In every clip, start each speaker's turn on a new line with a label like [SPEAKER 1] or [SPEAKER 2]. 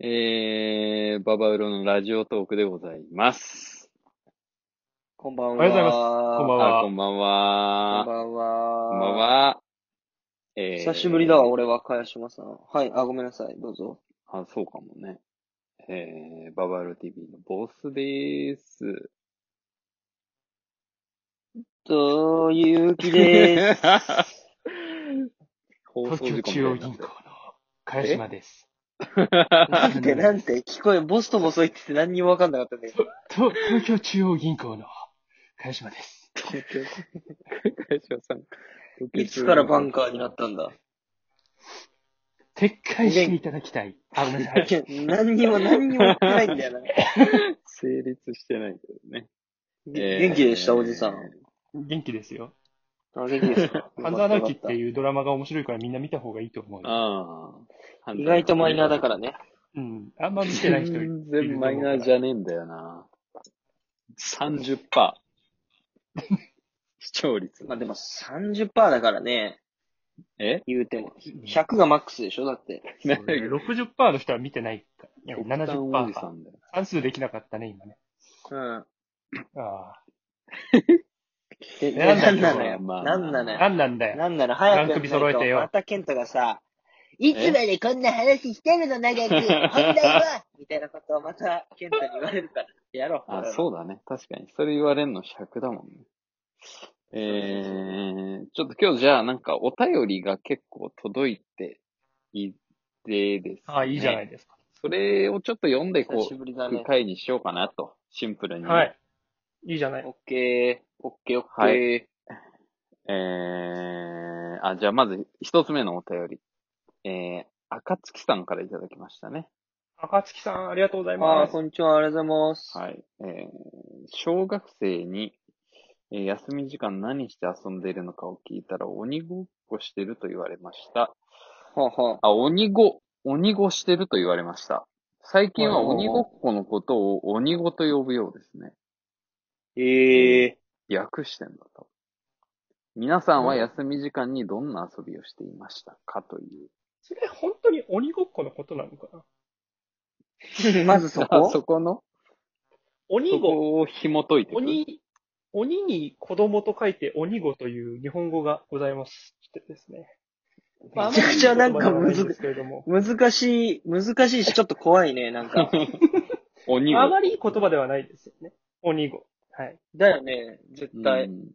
[SPEAKER 1] えー、ババウロのラジオトークでございます。
[SPEAKER 2] こんばんは。
[SPEAKER 3] ありがとうございますこんばんは
[SPEAKER 1] あ、こんばんは。
[SPEAKER 2] こんばん
[SPEAKER 1] こ
[SPEAKER 2] は。
[SPEAKER 1] んばんは。えー
[SPEAKER 2] 久しぶりだわ、。俺は、茅島さん。はい、あ、ごめんなさい、どうぞ。
[SPEAKER 1] あ、そうかもね。えー、ババウロ TV のボスでー す。
[SPEAKER 2] と、ゆうきでーす。
[SPEAKER 1] 放送事故み
[SPEAKER 3] 東京
[SPEAKER 1] たい
[SPEAKER 3] 中央
[SPEAKER 1] にな
[SPEAKER 3] 銀
[SPEAKER 1] ってる
[SPEAKER 3] 行の茅島です。
[SPEAKER 2] なんて、なんて、聞こえ、ボスともそう言ってて何にもわかんなかったね。
[SPEAKER 3] と東京中央銀行の茅島です。
[SPEAKER 1] 会社さん。
[SPEAKER 2] いつからバンカーになったんだ。
[SPEAKER 3] 撤回していただきたい。あ、ごめんなさい。
[SPEAKER 2] いや 何にも、何にも言ってないんだよな。
[SPEAKER 1] 成立してないけどね。えー
[SPEAKER 2] 元気でした、おじさん。
[SPEAKER 3] 元気ですよ。
[SPEAKER 2] あ、元気です か。
[SPEAKER 3] ハンザーナーキって
[SPEAKER 2] う。
[SPEAKER 3] いうドラマが面白いからみんな見た方がいいと思うよ。
[SPEAKER 1] ああ。
[SPEAKER 2] 意外とマイナーだからね。
[SPEAKER 3] うん。あんま見てない
[SPEAKER 1] 全
[SPEAKER 3] 人い る。
[SPEAKER 1] 然マイナーじゃねえんだよな。30%。視聴率。
[SPEAKER 2] まあでも30%だからね、
[SPEAKER 1] え
[SPEAKER 2] 言うても。100がマックスでしょだって。
[SPEAKER 3] そうね60%の人は見てないか。いや、
[SPEAKER 1] 極端おじ
[SPEAKER 3] 70%
[SPEAKER 1] さ
[SPEAKER 3] か。
[SPEAKER 1] んだよ。
[SPEAKER 3] 算数できなかったね、今ね。
[SPEAKER 2] うん。
[SPEAKER 3] あ
[SPEAKER 2] で、
[SPEAKER 3] なん
[SPEAKER 2] な
[SPEAKER 3] だよ
[SPEAKER 2] んなのよ。
[SPEAKER 1] まあ
[SPEAKER 2] なんなの
[SPEAKER 3] あ。
[SPEAKER 2] よ。
[SPEAKER 3] なんなんだよ。
[SPEAKER 2] なんなの早くやんないと
[SPEAKER 3] ランクビ揃えてよ
[SPEAKER 2] またケントがさ、いつまでこんな話してるの長く、本題はみたいなことをまたケントに言われるから。やろう。
[SPEAKER 1] あ、そうだね。確かに。それ言われんの100だもんね。えー、ちょっと今日じゃあなんかお便りが結構届いていてですね。
[SPEAKER 3] あいいじゃないですか。
[SPEAKER 1] それをちょっと読んでいこ
[SPEAKER 2] 久
[SPEAKER 1] う
[SPEAKER 2] し。ぶりだ
[SPEAKER 1] 行
[SPEAKER 2] ね
[SPEAKER 1] く。回にしようかなと。シンプルにね。
[SPEAKER 3] はい。いいじゃない
[SPEAKER 2] オ。ッケー。オッケーオッケー。
[SPEAKER 1] はえー、あ、じゃあまず一つ目のお便り。えー、赤月さんからいただきましたね。
[SPEAKER 3] 赤月さん、ありがとうござい
[SPEAKER 2] あ
[SPEAKER 3] ま
[SPEAKER 2] あ、
[SPEAKER 3] す。
[SPEAKER 2] こんにちは。ありがとうございます。
[SPEAKER 1] はい。えー、小学生に、えー休み時間何して遊んでいるのかを聞いたら鬼ごっこしてると言われました。
[SPEAKER 2] はあはあ
[SPEAKER 1] あ、鬼ご、鬼ごしてると言われました。最近は鬼ごっこのことを鬼ごと呼ぶようですね。
[SPEAKER 2] ええ
[SPEAKER 1] 略してんだと。皆さんは休み時間にどんな遊びをしていましたかという。
[SPEAKER 3] それ、本当に鬼ごっこのことなのかな
[SPEAKER 2] まずそこ
[SPEAKER 1] あそこの
[SPEAKER 3] 鬼
[SPEAKER 1] そ
[SPEAKER 3] ご
[SPEAKER 1] こを紐解いていく
[SPEAKER 3] 鬼、鬼に子供と書いて鬼語という日本語がございましてですね。
[SPEAKER 2] めちゃくちゃなんかむず
[SPEAKER 3] いですけれども。
[SPEAKER 2] 難しい、難しいし、ちょっと怖いね、なんか。
[SPEAKER 1] 鬼
[SPEAKER 3] あ
[SPEAKER 1] 語。
[SPEAKER 3] まりいい言葉ではないですよね。鬼語。はい。
[SPEAKER 2] だよね、絶対。
[SPEAKER 1] うん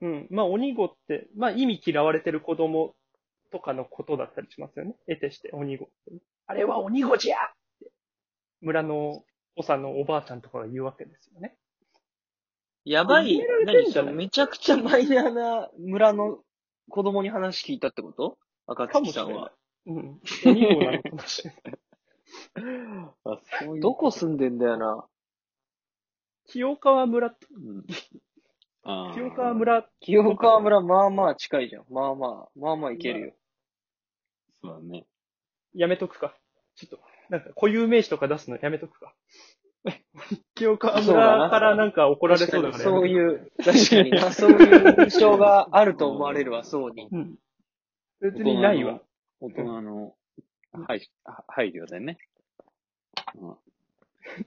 [SPEAKER 3] うん。まあ、鬼語って、まあ、意味嫌われてる子供とかのことだったりしますよね。得てして、鬼語ってね。あれは鬼語じゃって、村のおさんのおばあちゃんとかが言うわけですよね。
[SPEAKER 2] やばい
[SPEAKER 3] いじめら、れて
[SPEAKER 2] 何
[SPEAKER 3] んじ
[SPEAKER 2] そ
[SPEAKER 3] ゃな
[SPEAKER 2] れ
[SPEAKER 3] い
[SPEAKER 2] めちゃくちゃマイナーな村の子供に話聞いたってこと赤
[SPEAKER 3] かも
[SPEAKER 2] 月
[SPEAKER 3] し
[SPEAKER 2] さ
[SPEAKER 3] れなんい
[SPEAKER 2] は。。
[SPEAKER 3] うん。鬼語なのかもしれない。
[SPEAKER 1] あ、そういう。
[SPEAKER 2] どこ住んでんだよな。
[SPEAKER 3] 清川村って、
[SPEAKER 1] うんあー
[SPEAKER 3] 清川村
[SPEAKER 2] 清川村、まあまあ近いじゃん。まあまあ、まあまあいけるよ。
[SPEAKER 1] そうだね。
[SPEAKER 3] やめとくか。ちょっと、なんか固有名詞とか出すのやめとくか。 清川村からなんか怒られそうだからやめとく
[SPEAKER 2] そういう、確かにな、 そういう印象があると思われるわ、そうに。
[SPEAKER 3] うん。別にないわ。
[SPEAKER 1] 大人の配配慮でね。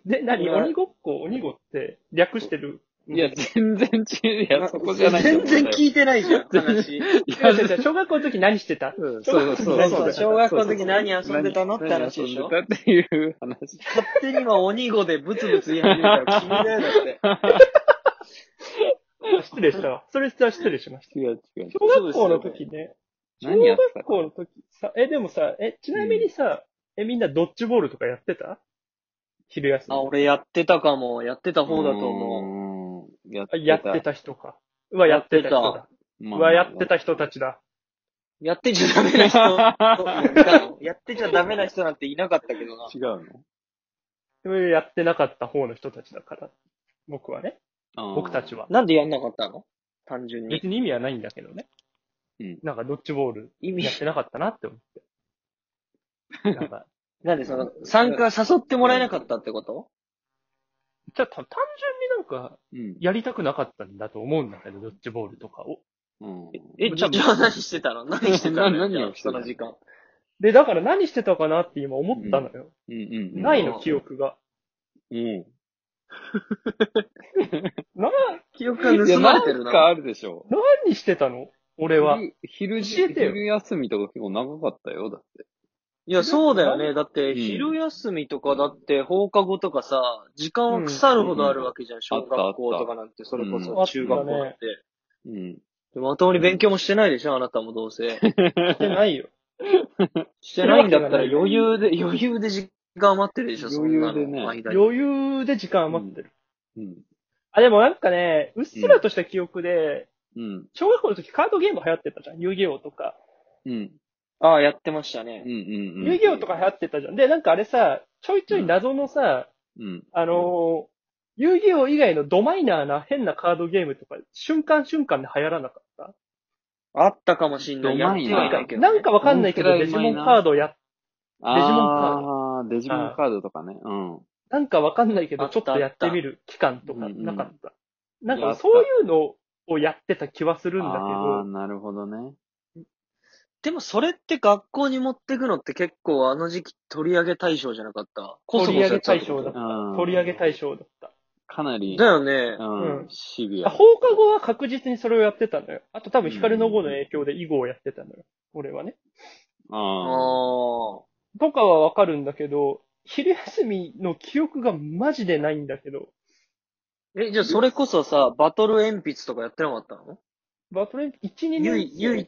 [SPEAKER 3] で、何
[SPEAKER 2] うん
[SPEAKER 3] 鬼ごっこ、鬼ごって略してる。
[SPEAKER 1] いや、全然違う。いや、そこじゃない。
[SPEAKER 2] 全然聞
[SPEAKER 1] い
[SPEAKER 2] いてな いじゃん、話。
[SPEAKER 1] い
[SPEAKER 3] 違う
[SPEAKER 1] や、
[SPEAKER 3] 違う違う小学校の時何してた
[SPEAKER 1] そうそうそう。
[SPEAKER 3] そうそう
[SPEAKER 2] 小学校の時何遊んでたのって話でしょ
[SPEAKER 1] 何遊んでたっていう話。
[SPEAKER 2] 勝手に今鬼語でブツブツ言い始めたら君だよだ って。
[SPEAKER 3] 失礼したわ。それは失礼しました。
[SPEAKER 1] 違う違う。
[SPEAKER 3] 小学校の時ね。小
[SPEAKER 1] 何やってた
[SPEAKER 3] 学校の時さ、え、でもさ、え、ちなみにさ、え、みんなドッジボールとかやってた昼休み
[SPEAKER 2] あ、。俺やってたかも。やってた方だと思う。
[SPEAKER 1] 思うん。やっ
[SPEAKER 3] あ
[SPEAKER 1] てた。
[SPEAKER 3] やってた人か。うわ、やってた人だ。
[SPEAKER 1] ま
[SPEAKER 3] う
[SPEAKER 1] あ。
[SPEAKER 3] わ、やってた人たちだ。
[SPEAKER 2] やってちゃダメな 人いたの。やってちゃダメな人なんていなかったけどな。
[SPEAKER 1] 違うの
[SPEAKER 3] そういうやってなかった方の人たちだから、僕はね、
[SPEAKER 1] あー
[SPEAKER 3] 僕たちは。
[SPEAKER 2] なんでやんなかったの単純に。
[SPEAKER 3] 別に意味はないんだけどね。
[SPEAKER 1] うん
[SPEAKER 3] なんかドッジボール
[SPEAKER 2] 意味
[SPEAKER 3] やっ、てなかったなって思 って。なんか、
[SPEAKER 2] なんでその、参加誘ってもらえなかったってこと
[SPEAKER 3] じゃあた単純になんか、
[SPEAKER 1] うん。
[SPEAKER 3] やりたくなかったんだと思うんだけど、ドッジボールとかを。
[SPEAKER 1] うん。
[SPEAKER 2] え、じゃあ
[SPEAKER 3] 多
[SPEAKER 2] じ
[SPEAKER 3] 分
[SPEAKER 2] ゃあ何してたの何してたの
[SPEAKER 1] な何を
[SPEAKER 2] じゃあ
[SPEAKER 1] してた
[SPEAKER 2] そ
[SPEAKER 1] の
[SPEAKER 2] の時間。
[SPEAKER 3] で、だから何してたかなって今思ったのよ。
[SPEAKER 1] うんうんうん。
[SPEAKER 3] ないの、記憶が。
[SPEAKER 1] うん。
[SPEAKER 3] な、
[SPEAKER 2] 記憶が
[SPEAKER 1] いや、
[SPEAKER 2] 盗ま
[SPEAKER 1] な
[SPEAKER 2] れてる
[SPEAKER 1] ん
[SPEAKER 2] な。
[SPEAKER 1] かあるでしょ。
[SPEAKER 3] 何してたの俺は。
[SPEAKER 1] 昼、昼
[SPEAKER 3] 教えてよ
[SPEAKER 1] 昼休みとか結構長かったよ、だって。
[SPEAKER 2] いや、そうだよね。だって、
[SPEAKER 1] ん
[SPEAKER 2] 昼休みとか、だって、放課後とかさ、時間は腐るほどあるわけじゃん。小学校とかなんて、それこ
[SPEAKER 1] うん
[SPEAKER 3] あ
[SPEAKER 2] そ
[SPEAKER 3] ったね
[SPEAKER 2] 中学校なんて。
[SPEAKER 1] うん。
[SPEAKER 2] でもまともに勉強もしてないでしょ、あなたもどう せ。
[SPEAKER 3] してないよ。
[SPEAKER 2] してないんだったら余裕で、 余裕で時間余ってるでしょ、そんなの。
[SPEAKER 1] 余裕でね
[SPEAKER 2] 間に
[SPEAKER 3] 余裕で時間余ってる。
[SPEAKER 1] うん。
[SPEAKER 3] あ、でもなんかね、うっすらとした記憶で、
[SPEAKER 1] うん。
[SPEAKER 3] 小学校の時カードゲーム流行ってたじゃん。遊戯王とか。
[SPEAKER 1] うん。
[SPEAKER 2] ああ、やってましたね
[SPEAKER 1] うん。。うん。
[SPEAKER 3] 遊戯王とか流行ってたじゃん。で、なんかあれさ、ちょいちょい謎のさ、
[SPEAKER 1] うん。
[SPEAKER 3] あのー遊戯王以外のドマイナーな変なカードゲームとか、瞬間瞬間で流行らなかった
[SPEAKER 2] あったかもしんない。
[SPEAKER 1] うまいな
[SPEAKER 2] やってはいけどね
[SPEAKER 3] なんかわかんないけど、デジモンカードやっ、
[SPEAKER 1] あー、デジモンカードとかね。うん。
[SPEAKER 3] なんかわかんないけ
[SPEAKER 2] あ
[SPEAKER 3] ど、
[SPEAKER 2] っ
[SPEAKER 3] ち
[SPEAKER 2] た
[SPEAKER 3] ょっとやってみる期間とか
[SPEAKER 1] うんうん
[SPEAKER 3] なかった。なん
[SPEAKER 1] やっ
[SPEAKER 3] か
[SPEAKER 1] た
[SPEAKER 3] そういうのをやってた気はするんだけ
[SPEAKER 1] あ
[SPEAKER 3] ど
[SPEAKER 1] ー、、なるほどね。
[SPEAKER 2] でもそれって学校に持ってくのって結構あの時期取り上げ対象じゃなかった。こそ
[SPEAKER 3] 取
[SPEAKER 2] こそ
[SPEAKER 3] り上
[SPEAKER 2] や
[SPEAKER 3] げ
[SPEAKER 2] ってたっ
[SPEAKER 3] 対
[SPEAKER 2] て
[SPEAKER 3] 象
[SPEAKER 2] こ
[SPEAKER 3] だ
[SPEAKER 2] と
[SPEAKER 3] っ
[SPEAKER 1] う
[SPEAKER 3] た。
[SPEAKER 1] ん
[SPEAKER 3] 取り上げ対象だった。
[SPEAKER 1] かなり
[SPEAKER 2] だ、よね。
[SPEAKER 1] う
[SPEAKER 3] うんん、
[SPEAKER 1] シビ
[SPEAKER 3] あ
[SPEAKER 1] ア。
[SPEAKER 3] 放課後は確実にそれをやってたのよ。あと多分光の碁の影響で囲碁をやってたのよ。俺はね。
[SPEAKER 2] あ
[SPEAKER 1] あ
[SPEAKER 2] あ。
[SPEAKER 3] とかはわかるんだけど、昼休みの記憶がマジでないんだけど、
[SPEAKER 2] え、じゃあそれこそさ、バトル鉛筆とかやってなかったの
[SPEAKER 3] バトルエン1、2
[SPEAKER 2] 唯
[SPEAKER 3] 年
[SPEAKER 2] 唯一、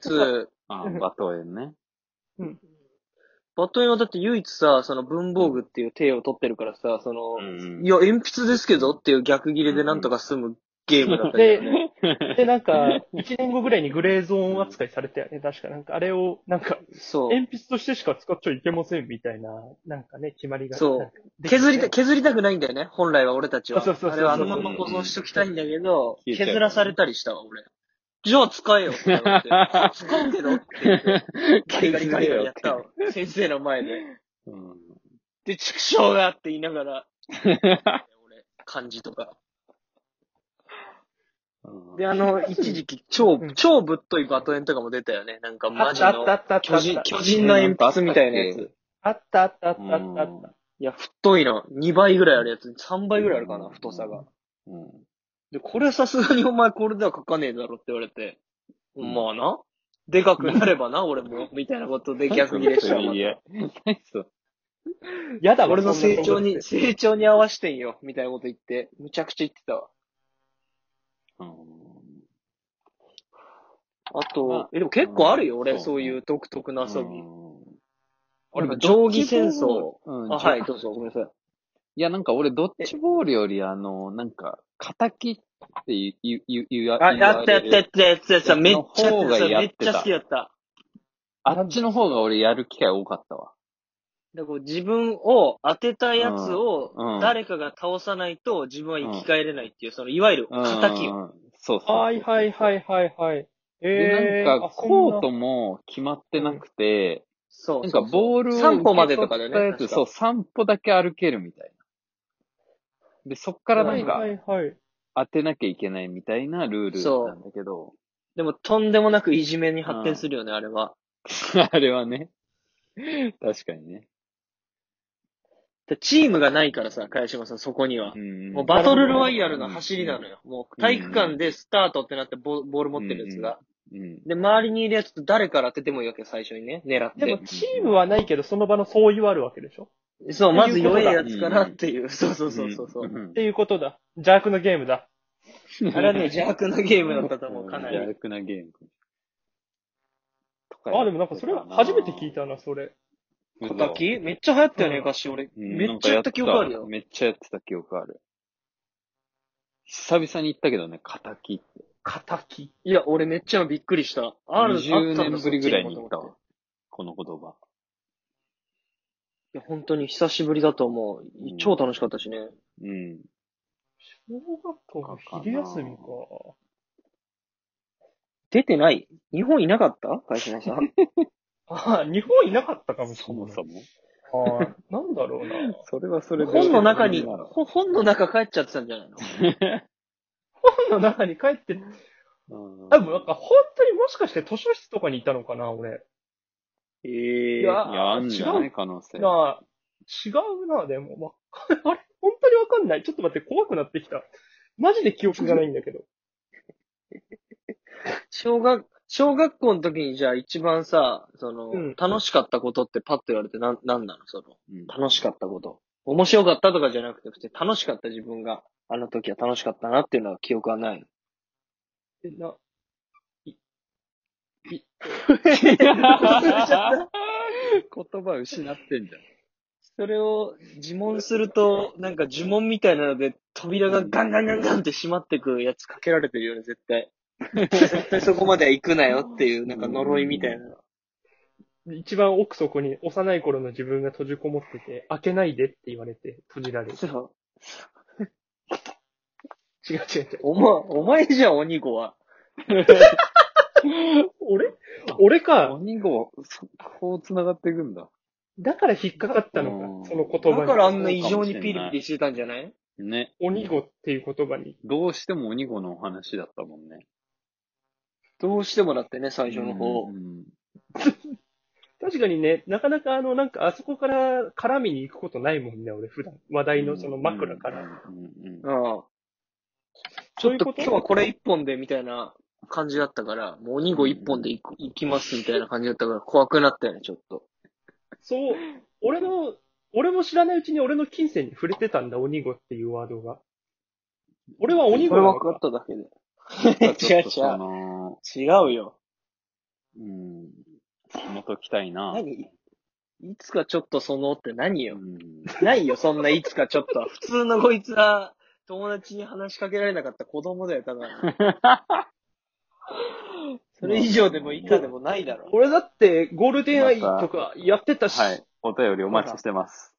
[SPEAKER 1] あー、バトエンね。
[SPEAKER 2] バトルはだって唯一さ、その文房具っていう体を取ってるからさ、その、
[SPEAKER 1] うん
[SPEAKER 2] いや、鉛筆ですけどっていう逆切れでなんとか済むゲームだった
[SPEAKER 3] で
[SPEAKER 2] よね。、
[SPEAKER 3] で、なんか、1年後ぐらいにグレーゾーン扱いされたよね。確か、なんか、あれを、なんか、
[SPEAKER 2] そう。
[SPEAKER 3] 鉛筆としてしか使っちゃいけませんみたいな、なんかね、決まりが。
[SPEAKER 2] そう
[SPEAKER 3] なんか。
[SPEAKER 2] 削りた、
[SPEAKER 3] できて
[SPEAKER 2] 削りたくないんだよね、本来は俺たちは。
[SPEAKER 3] あそうそうそ
[SPEAKER 2] あ
[SPEAKER 3] う
[SPEAKER 2] れはあのまま保存しときたいんだけど、
[SPEAKER 1] うん
[SPEAKER 2] 削らされたりしたわ、俺。じゃあ使えよってなって。 使うけどって言って、ガリガリガリガリやったわ。先生の前で。
[SPEAKER 1] うん
[SPEAKER 2] で、畜生がって言いながら、俺、漢字とか。
[SPEAKER 1] うん
[SPEAKER 2] で、あの、一時期、超
[SPEAKER 3] う、ん
[SPEAKER 2] 超ぶっといバトエンとかも出たよね。なんか
[SPEAKER 3] あ
[SPEAKER 2] マ
[SPEAKER 3] っ
[SPEAKER 2] ジ
[SPEAKER 3] たあったあ
[SPEAKER 2] の、
[SPEAKER 3] ったあったあ
[SPEAKER 2] 巨
[SPEAKER 3] っ
[SPEAKER 2] 人、
[SPEAKER 3] た。
[SPEAKER 2] 巨人の鉛筆みたいなや
[SPEAKER 1] うん
[SPEAKER 2] つ。
[SPEAKER 3] あったあったあったあったあ
[SPEAKER 1] うん
[SPEAKER 3] った。
[SPEAKER 2] いや、太いの。2倍ぐらいあるやつ。3倍ぐらいあるかな、太さが。
[SPEAKER 1] うん
[SPEAKER 2] で、これさすがにお前これでは書かねえだろって言われて、
[SPEAKER 1] うん
[SPEAKER 2] まあな。でかくなればな、 俺も。みたいなことで 逆切れしちゃう。
[SPEAKER 1] 何それ
[SPEAKER 3] やだわ、
[SPEAKER 2] 俺の
[SPEAKER 3] そんな
[SPEAKER 2] 成
[SPEAKER 3] とこ
[SPEAKER 2] 長に、成長に合わしてんよ、みたいなこと言って、むちゃくちゃ言ってたわ。
[SPEAKER 1] う
[SPEAKER 2] あ
[SPEAKER 1] まあ
[SPEAKER 2] と、え、でも結構あるよ、
[SPEAKER 1] うん
[SPEAKER 2] 俺、
[SPEAKER 1] そ
[SPEAKER 2] そうう
[SPEAKER 1] ね。
[SPEAKER 2] いう独特なん遊び。
[SPEAKER 1] うん
[SPEAKER 2] 俺も定規戦争。
[SPEAKER 1] うん
[SPEAKER 2] あ、はい、どうぞ、ごめんなさい。
[SPEAKER 1] いや、なんか俺、ドッジボールより、あの、なんか、敵って言う、言う、言う、
[SPEAKER 2] あ、
[SPEAKER 1] 言わ
[SPEAKER 2] やったや
[SPEAKER 1] れる
[SPEAKER 2] ったやったやったやった、めっちゃやって
[SPEAKER 1] の方が
[SPEAKER 2] た、
[SPEAKER 1] や
[SPEAKER 2] め
[SPEAKER 1] っ
[SPEAKER 2] っ
[SPEAKER 1] た
[SPEAKER 2] てちゃ好きだった。
[SPEAKER 1] あっちの方が俺やる機会多かったわ。
[SPEAKER 2] だからこう自分を当てたやつを
[SPEAKER 1] うんうん
[SPEAKER 2] 誰かが倒さないと自分は生き返れないっていう、そのいわゆる敵
[SPEAKER 1] う
[SPEAKER 2] を。
[SPEAKER 1] んうんそうそうそう。
[SPEAKER 3] はいはいはいはいはい。
[SPEAKER 1] で
[SPEAKER 3] えー、
[SPEAKER 1] なんか、
[SPEAKER 3] あそん
[SPEAKER 1] コー
[SPEAKER 3] な
[SPEAKER 1] トも決まってなくて、
[SPEAKER 2] そう
[SPEAKER 1] な
[SPEAKER 2] そ
[SPEAKER 1] ん
[SPEAKER 2] うそ
[SPEAKER 1] か
[SPEAKER 2] う。
[SPEAKER 1] ボールを
[SPEAKER 2] 3歩までとかだよ
[SPEAKER 1] 受け取
[SPEAKER 2] ね
[SPEAKER 1] った。やつ
[SPEAKER 2] 確
[SPEAKER 1] そう、
[SPEAKER 2] か
[SPEAKER 1] 3歩だけ歩けるみたいな。で、そっからなんか
[SPEAKER 3] は、いはいはい。
[SPEAKER 1] 当てなきゃいけないみたいなルールなんだけど、
[SPEAKER 2] でもとんでもなくいじめに発展するよね、あれは。
[SPEAKER 1] あれはね、確かにね。
[SPEAKER 2] でチームがないからさ、萱島さん、そこには
[SPEAKER 1] う。ん
[SPEAKER 2] もうバトルロワイヤルの走りなのよ。もう体育館でスタートってなってボボール持ってるやつが。
[SPEAKER 1] うん。
[SPEAKER 2] で、周りにいるやつと誰から当ててもいいわけ、最初にね、狙っ
[SPEAKER 3] でも
[SPEAKER 2] て。
[SPEAKER 3] チームはないけど、その場の相違はあるわけでしょ
[SPEAKER 2] そう、まず弱い
[SPEAKER 3] ってい
[SPEAKER 2] や
[SPEAKER 1] うことだ
[SPEAKER 2] つからっていう。そうそうそうそうそう。
[SPEAKER 3] っていうことだ。邪悪のゲームだ。
[SPEAKER 2] あれはね、邪悪なゲームだったと思う、かなり。
[SPEAKER 1] 邪悪なゲーム。とか
[SPEAKER 3] あ、でもなんかそれは初めて聞いたな、それ。
[SPEAKER 1] 嘘
[SPEAKER 2] 敵めっちゃ流行ったよね、
[SPEAKER 3] うん
[SPEAKER 2] 昔俺。
[SPEAKER 1] うん
[SPEAKER 2] めっちゃやった記憶あ
[SPEAKER 1] な
[SPEAKER 2] る
[SPEAKER 1] んかやってた
[SPEAKER 2] よ。
[SPEAKER 1] めっちゃやってた記憶ある。久々に行ったけどね、敵って。
[SPEAKER 3] 敵。
[SPEAKER 2] いや、俺めっちゃびっくりした。ある、
[SPEAKER 1] 20年ぶりぐらいに行った
[SPEAKER 2] あ
[SPEAKER 1] わ。この言葉。
[SPEAKER 2] たんだそっちにもと思っていや、本当に久しぶりだと思う
[SPEAKER 1] うん。
[SPEAKER 2] 超楽しかったしね。
[SPEAKER 1] うん。
[SPEAKER 3] 小学校の昼休みか。
[SPEAKER 2] 出てない日本いなかった会社さん。
[SPEAKER 3] ああ、日本いなかったかもし
[SPEAKER 1] そ
[SPEAKER 3] れな
[SPEAKER 1] も
[SPEAKER 3] い。
[SPEAKER 1] そも。
[SPEAKER 3] も。はい。なんだろうな。
[SPEAKER 1] それはそれで。
[SPEAKER 2] 本の中に、
[SPEAKER 1] うん
[SPEAKER 2] ほ本の中帰っちゃってたんじゃないの
[SPEAKER 3] 本の中に帰って、多分なんか本当にもしかして図書室とかにいたのかな、俺。
[SPEAKER 1] ええ
[SPEAKER 3] い
[SPEAKER 1] い
[SPEAKER 3] や
[SPEAKER 1] や、あんじゃな
[SPEAKER 3] 違
[SPEAKER 1] い可能性。
[SPEAKER 3] なあ、違うな、でも。わかんあれ本当にわかんない。ちょっと待って、怖くなってきた。マジで記憶がないんだけど。
[SPEAKER 2] 小学、小学校の時にじゃあ一番さ、その、
[SPEAKER 3] うん
[SPEAKER 2] 楽しかったことってパッと言われてなん、なんなのその、
[SPEAKER 1] うん
[SPEAKER 2] 楽しかったこと。面白かったとかじゃなくて、普通に楽しかった自分が、あの時は楽しかったなっていうのは記憶はないの。
[SPEAKER 3] え、な、い、い、
[SPEAKER 2] 言葉失ってんじゃん。それを呪文すると、なんか呪文みたいなので、扉がガンガンガンガンって閉まってくやつかけられてるよね、絶対。 絶対そこまでは行くなよっていう、なんか呪いみたいな。
[SPEAKER 3] 一番奥底に幼い頃の自分が閉じこもってて、開けないでって言われて閉じられる。
[SPEAKER 2] そう。
[SPEAKER 3] 違う違う違う。
[SPEAKER 2] お前、お前じゃん、鬼子は。
[SPEAKER 3] 俺俺か。
[SPEAKER 1] 鬼号、そこう繋がっていくんだ。
[SPEAKER 3] だから引っかかった
[SPEAKER 1] う
[SPEAKER 3] の
[SPEAKER 1] ん
[SPEAKER 3] か、その言葉に。
[SPEAKER 2] だからあんな異常にピリピリしてたんじゃない
[SPEAKER 1] ね。
[SPEAKER 3] 鬼子っていう言葉に。
[SPEAKER 1] どうしても鬼号のお話だったもんね。
[SPEAKER 2] どうしてもだってね、最初の方。
[SPEAKER 1] うん
[SPEAKER 3] 確かにね、なかなかあの、なんかあそこから絡みに行くことないもんね、俺普段。話題のその枕から。。
[SPEAKER 1] うんうん
[SPEAKER 2] うん。ち
[SPEAKER 3] そう
[SPEAKER 2] ょっ
[SPEAKER 3] いう
[SPEAKER 2] と
[SPEAKER 3] こと
[SPEAKER 2] 今日はこれ一本でみたいな感じだったから、もう鬼子一本で行く行きますみたいな感じだったから怖くなったよね、ちょっと。
[SPEAKER 3] そう、俺の、俺も知らないうちに俺の金銭に触れてたんだ、鬼子っていうワードが。俺は鬼
[SPEAKER 2] こ
[SPEAKER 3] 子
[SPEAKER 2] れ
[SPEAKER 3] なの
[SPEAKER 2] 分
[SPEAKER 3] か
[SPEAKER 2] かっただけで。
[SPEAKER 1] ちょっ
[SPEAKER 2] 違う
[SPEAKER 1] と
[SPEAKER 2] 違。
[SPEAKER 1] そうの
[SPEAKER 2] 違うよ。
[SPEAKER 1] うん。紐解きたいな。
[SPEAKER 2] 何いつかちょっとそのって何
[SPEAKER 1] う
[SPEAKER 2] よ。
[SPEAKER 1] ん
[SPEAKER 2] ないよ、そんないつかちょっとは。 普通のこいつは、友達に話しかけられなかった子供だよ、ただの。それ以上でも以下でもないだろ。
[SPEAKER 3] 俺だってゴールデンアイとかやってたし、
[SPEAKER 1] はい。お便りお待ちしてます。